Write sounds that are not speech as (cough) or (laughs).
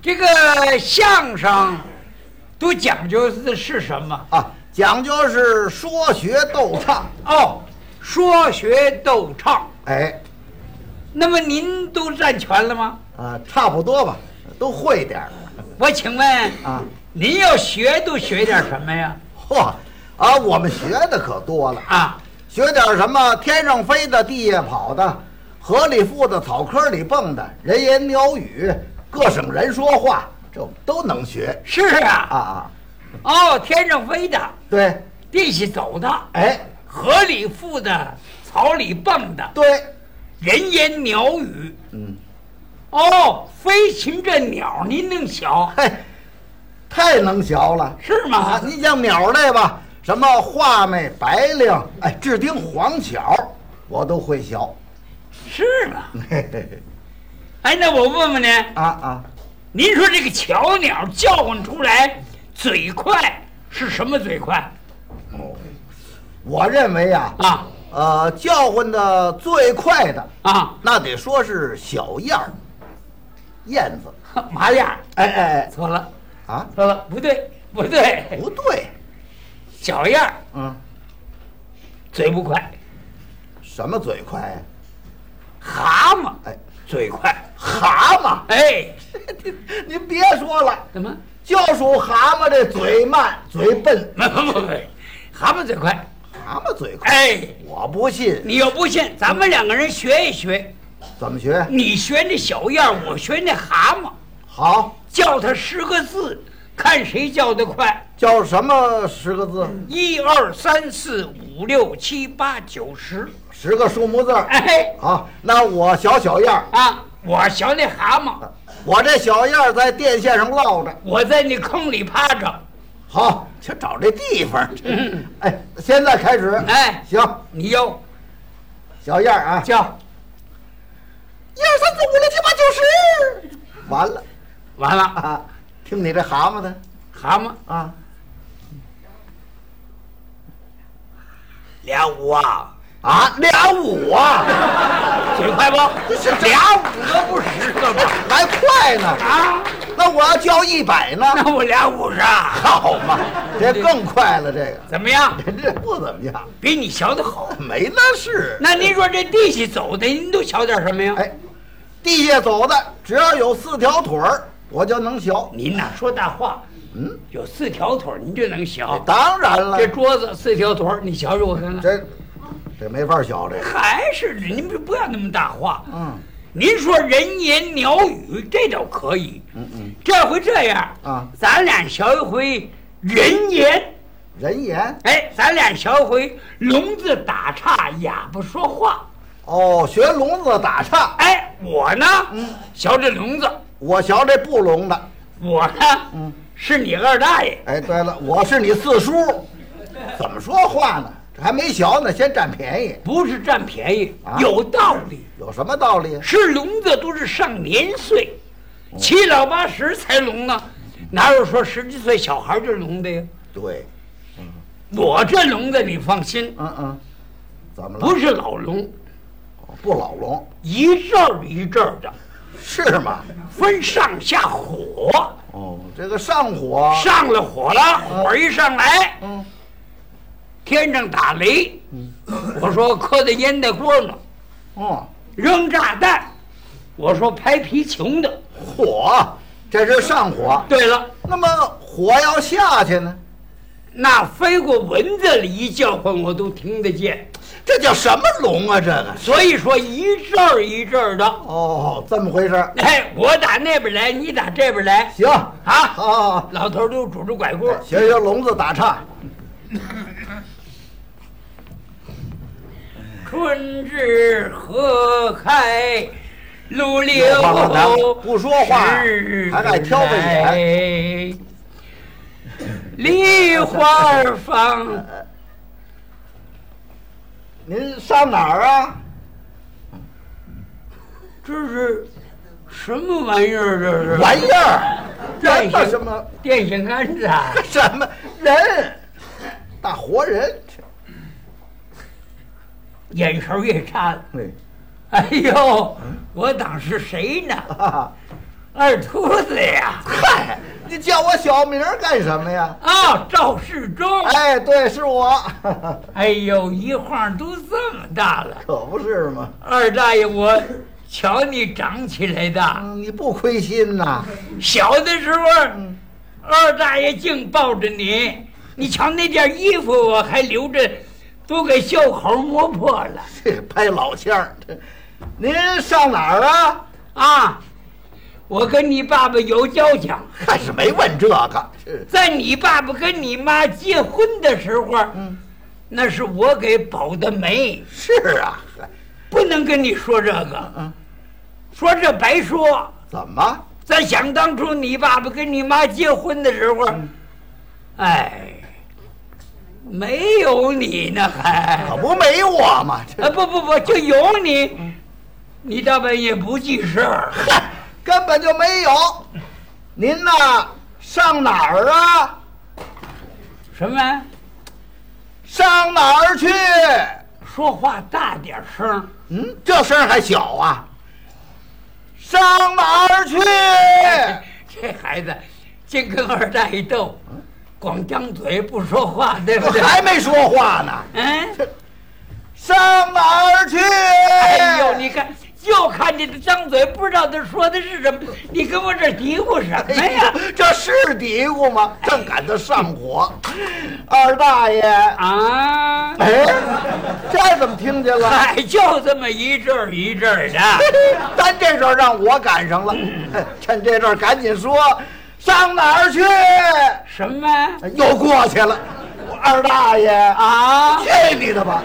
这个相声都讲究的是什么？啊，讲究是说学逗唱。哦，说学逗唱。哎，那么您都占全了吗？啊，差不多吧，都会点儿我请问，啊。您要学都学点什么呀？嚯，啊，我们学的可多了，啊，学点儿什么天上飞的、地下跑的、河里浮的、草坑里蹦的、人言鸟语、各省人说话，这我们都能学。是啊，啊啊，哦，天上飞的，对，地下走的，哎，河里浮的，草里蹦的，对，人言鸟语。嗯，哦，飞禽这鸟您能学嘿，太能学了。是吗啊，？你像鸟儿类吧，什么画眉、白绫，哎，置丁、黄巧，我都会学。是吗？嘿嘿嘿哎，那我问问您，啊啊，您说这个巧鸟叫唤出来嘴快是什么嘴快哦，我认为呀、啊？呃，叫唤的最快的，啊，那得说是小燕儿，燕子。 (laughs) 麻样？哎哎错了，哎，啊，错了，不对，不对，不对，小样儿嗯，嘴不快，什么最快呀？蛤蟆哎，嘴快。蛤蟆。 (laughs) 哎，您您别说了，怎么？ (laughs) 就数蛤蟆这嘴慢，嘴笨，不不不，蛤蟆嘴快。蛤蟆嘴快。哎，我不信，你要不信，咱们两个人学一学。怎么学？你学那小样儿，我学那蛤蟆，好，叫它十个字，看谁叫得快。叫什么十个字？一二三四五六七八九十。十个数目字儿。哎，好，那我小小燕儿，啊，我学那蛤蟆，我这小燕儿在电线上落着。我在那坑里趴着。好，去找这地方。哎，现在开始。哎行，你要小燕儿啊，叫，一二三四五六七八九十，完了完了，啊！听你这蛤蟆的蛤蟆。啊，俩五啊，啊，俩五啊，嘴快不？这是这俩五个不十个吧？还快呢。啊，那我要交一百呢？那我俩五十啊，好嘛，这更快了，这怎么样？个这不怎么样，比你学的好。没那事。那您说这地下走的，您都学点什么呀？哎，地下走的，只要有四条腿儿，我就能学。您呐说大话，嗯，哦有四条腿儿您就能学。哎当然了哎这，桌子四条腿儿，你瞧瞧我看看。这这没法学这个。还是的您不要那么大话。嗯您说人言鸟语这倒可以，嗯嗯，这回这样啊咱俩学一回人言，人言哎，咱俩学一回聋子打岔，哑巴说话。哦，学聋子打岔，哎，我呢，嗯学这聋子，我学这不聋的。我呢，嗯是你二大爷。哎，对了，我是你四叔，怎么说话呢？这还没学呢，先占便宜，不是占便宜，啊有道理。有什么道理？是聋子都是上年岁，哦七老八十才聋呢，哪有说十几岁小孩就聋的呀？对，我这聋子你放心，嗯嗯，怎么了？不是老聋，不老聋，一阵儿一阵儿的，是吗？分上下火，哦，这个上火，上了火了，火一上来，嗯，天上打雷，我说磕在烟袋锅呢，哦，扔炸弹，我说拍皮球的。火，这是上火。对了，那么火要下去呢？那飞过蚊子里一叫唤，我都听得见。这叫什么聋啊？这个所以说一阵儿一阵儿的，哦，这么回事儿。哎，我打那边来，你打这边来，行，啊，好好好，老头儿都拄着拐棍儿。学学聋子打岔。春至河开，路有话好谈流不说话是还爱挑拨来梨花儿放，您上哪儿啊？这是什么玩意儿？这是玩意儿，电人吧线什么电线杆子啊？什么人？大活人。眼神越差了。对，哎呦，我当是谁呢？哈哈，二秃子呀，嗨，你叫我小名儿干什么呀？啊，赵世忠，哎，对，是我，哎呦，一晃都这么大了，可不是嘛。二大爷，我瞧你长起来的，嗯，你不亏心呐？小的时候，二大爷净抱着你，你瞧那件衣服我还留着，都给袖口磨破了这拍老腔儿，这您上哪儿啊？啊！我跟你爸爸有交情，还是没问这个。是在你爸爸跟你妈结婚的时候，那是我给保的媒，是啊，嗨不能跟你说这个，说这白说。怎么？咱想当初你爸爸跟你妈结婚的时候，嗯哎，没有你呢还可不没我嘛？这啊不不不，就有嗯你，你大半夜不记事儿，嗨，根本就没有。您呐，上哪儿啊？什么？上哪儿去？说话大点声儿，嗯，这声儿还小啊？上哪儿 (laughs) 去？哎这孩子净跟二大爷斗，光张嘴不说话，对不我对？还没说话呢。嗯，上哪儿去？哎呦，你看。就看见他张嘴，不知道他说的是什么。你跟我这儿嘀咕什么哎呀呀？，这是嘀咕吗？正赶得上火， (laughs) 二大爷，啊！哎，这怎么 (laughs) 听见了？嗨，哎就这么一阵儿一阵儿的。 (laughs) 咱这阵儿让我赶上 (laughs) 了，哎趁这阵儿赶紧说，上哪儿去？什么又过去了，我二大爷，啊？去你的吧！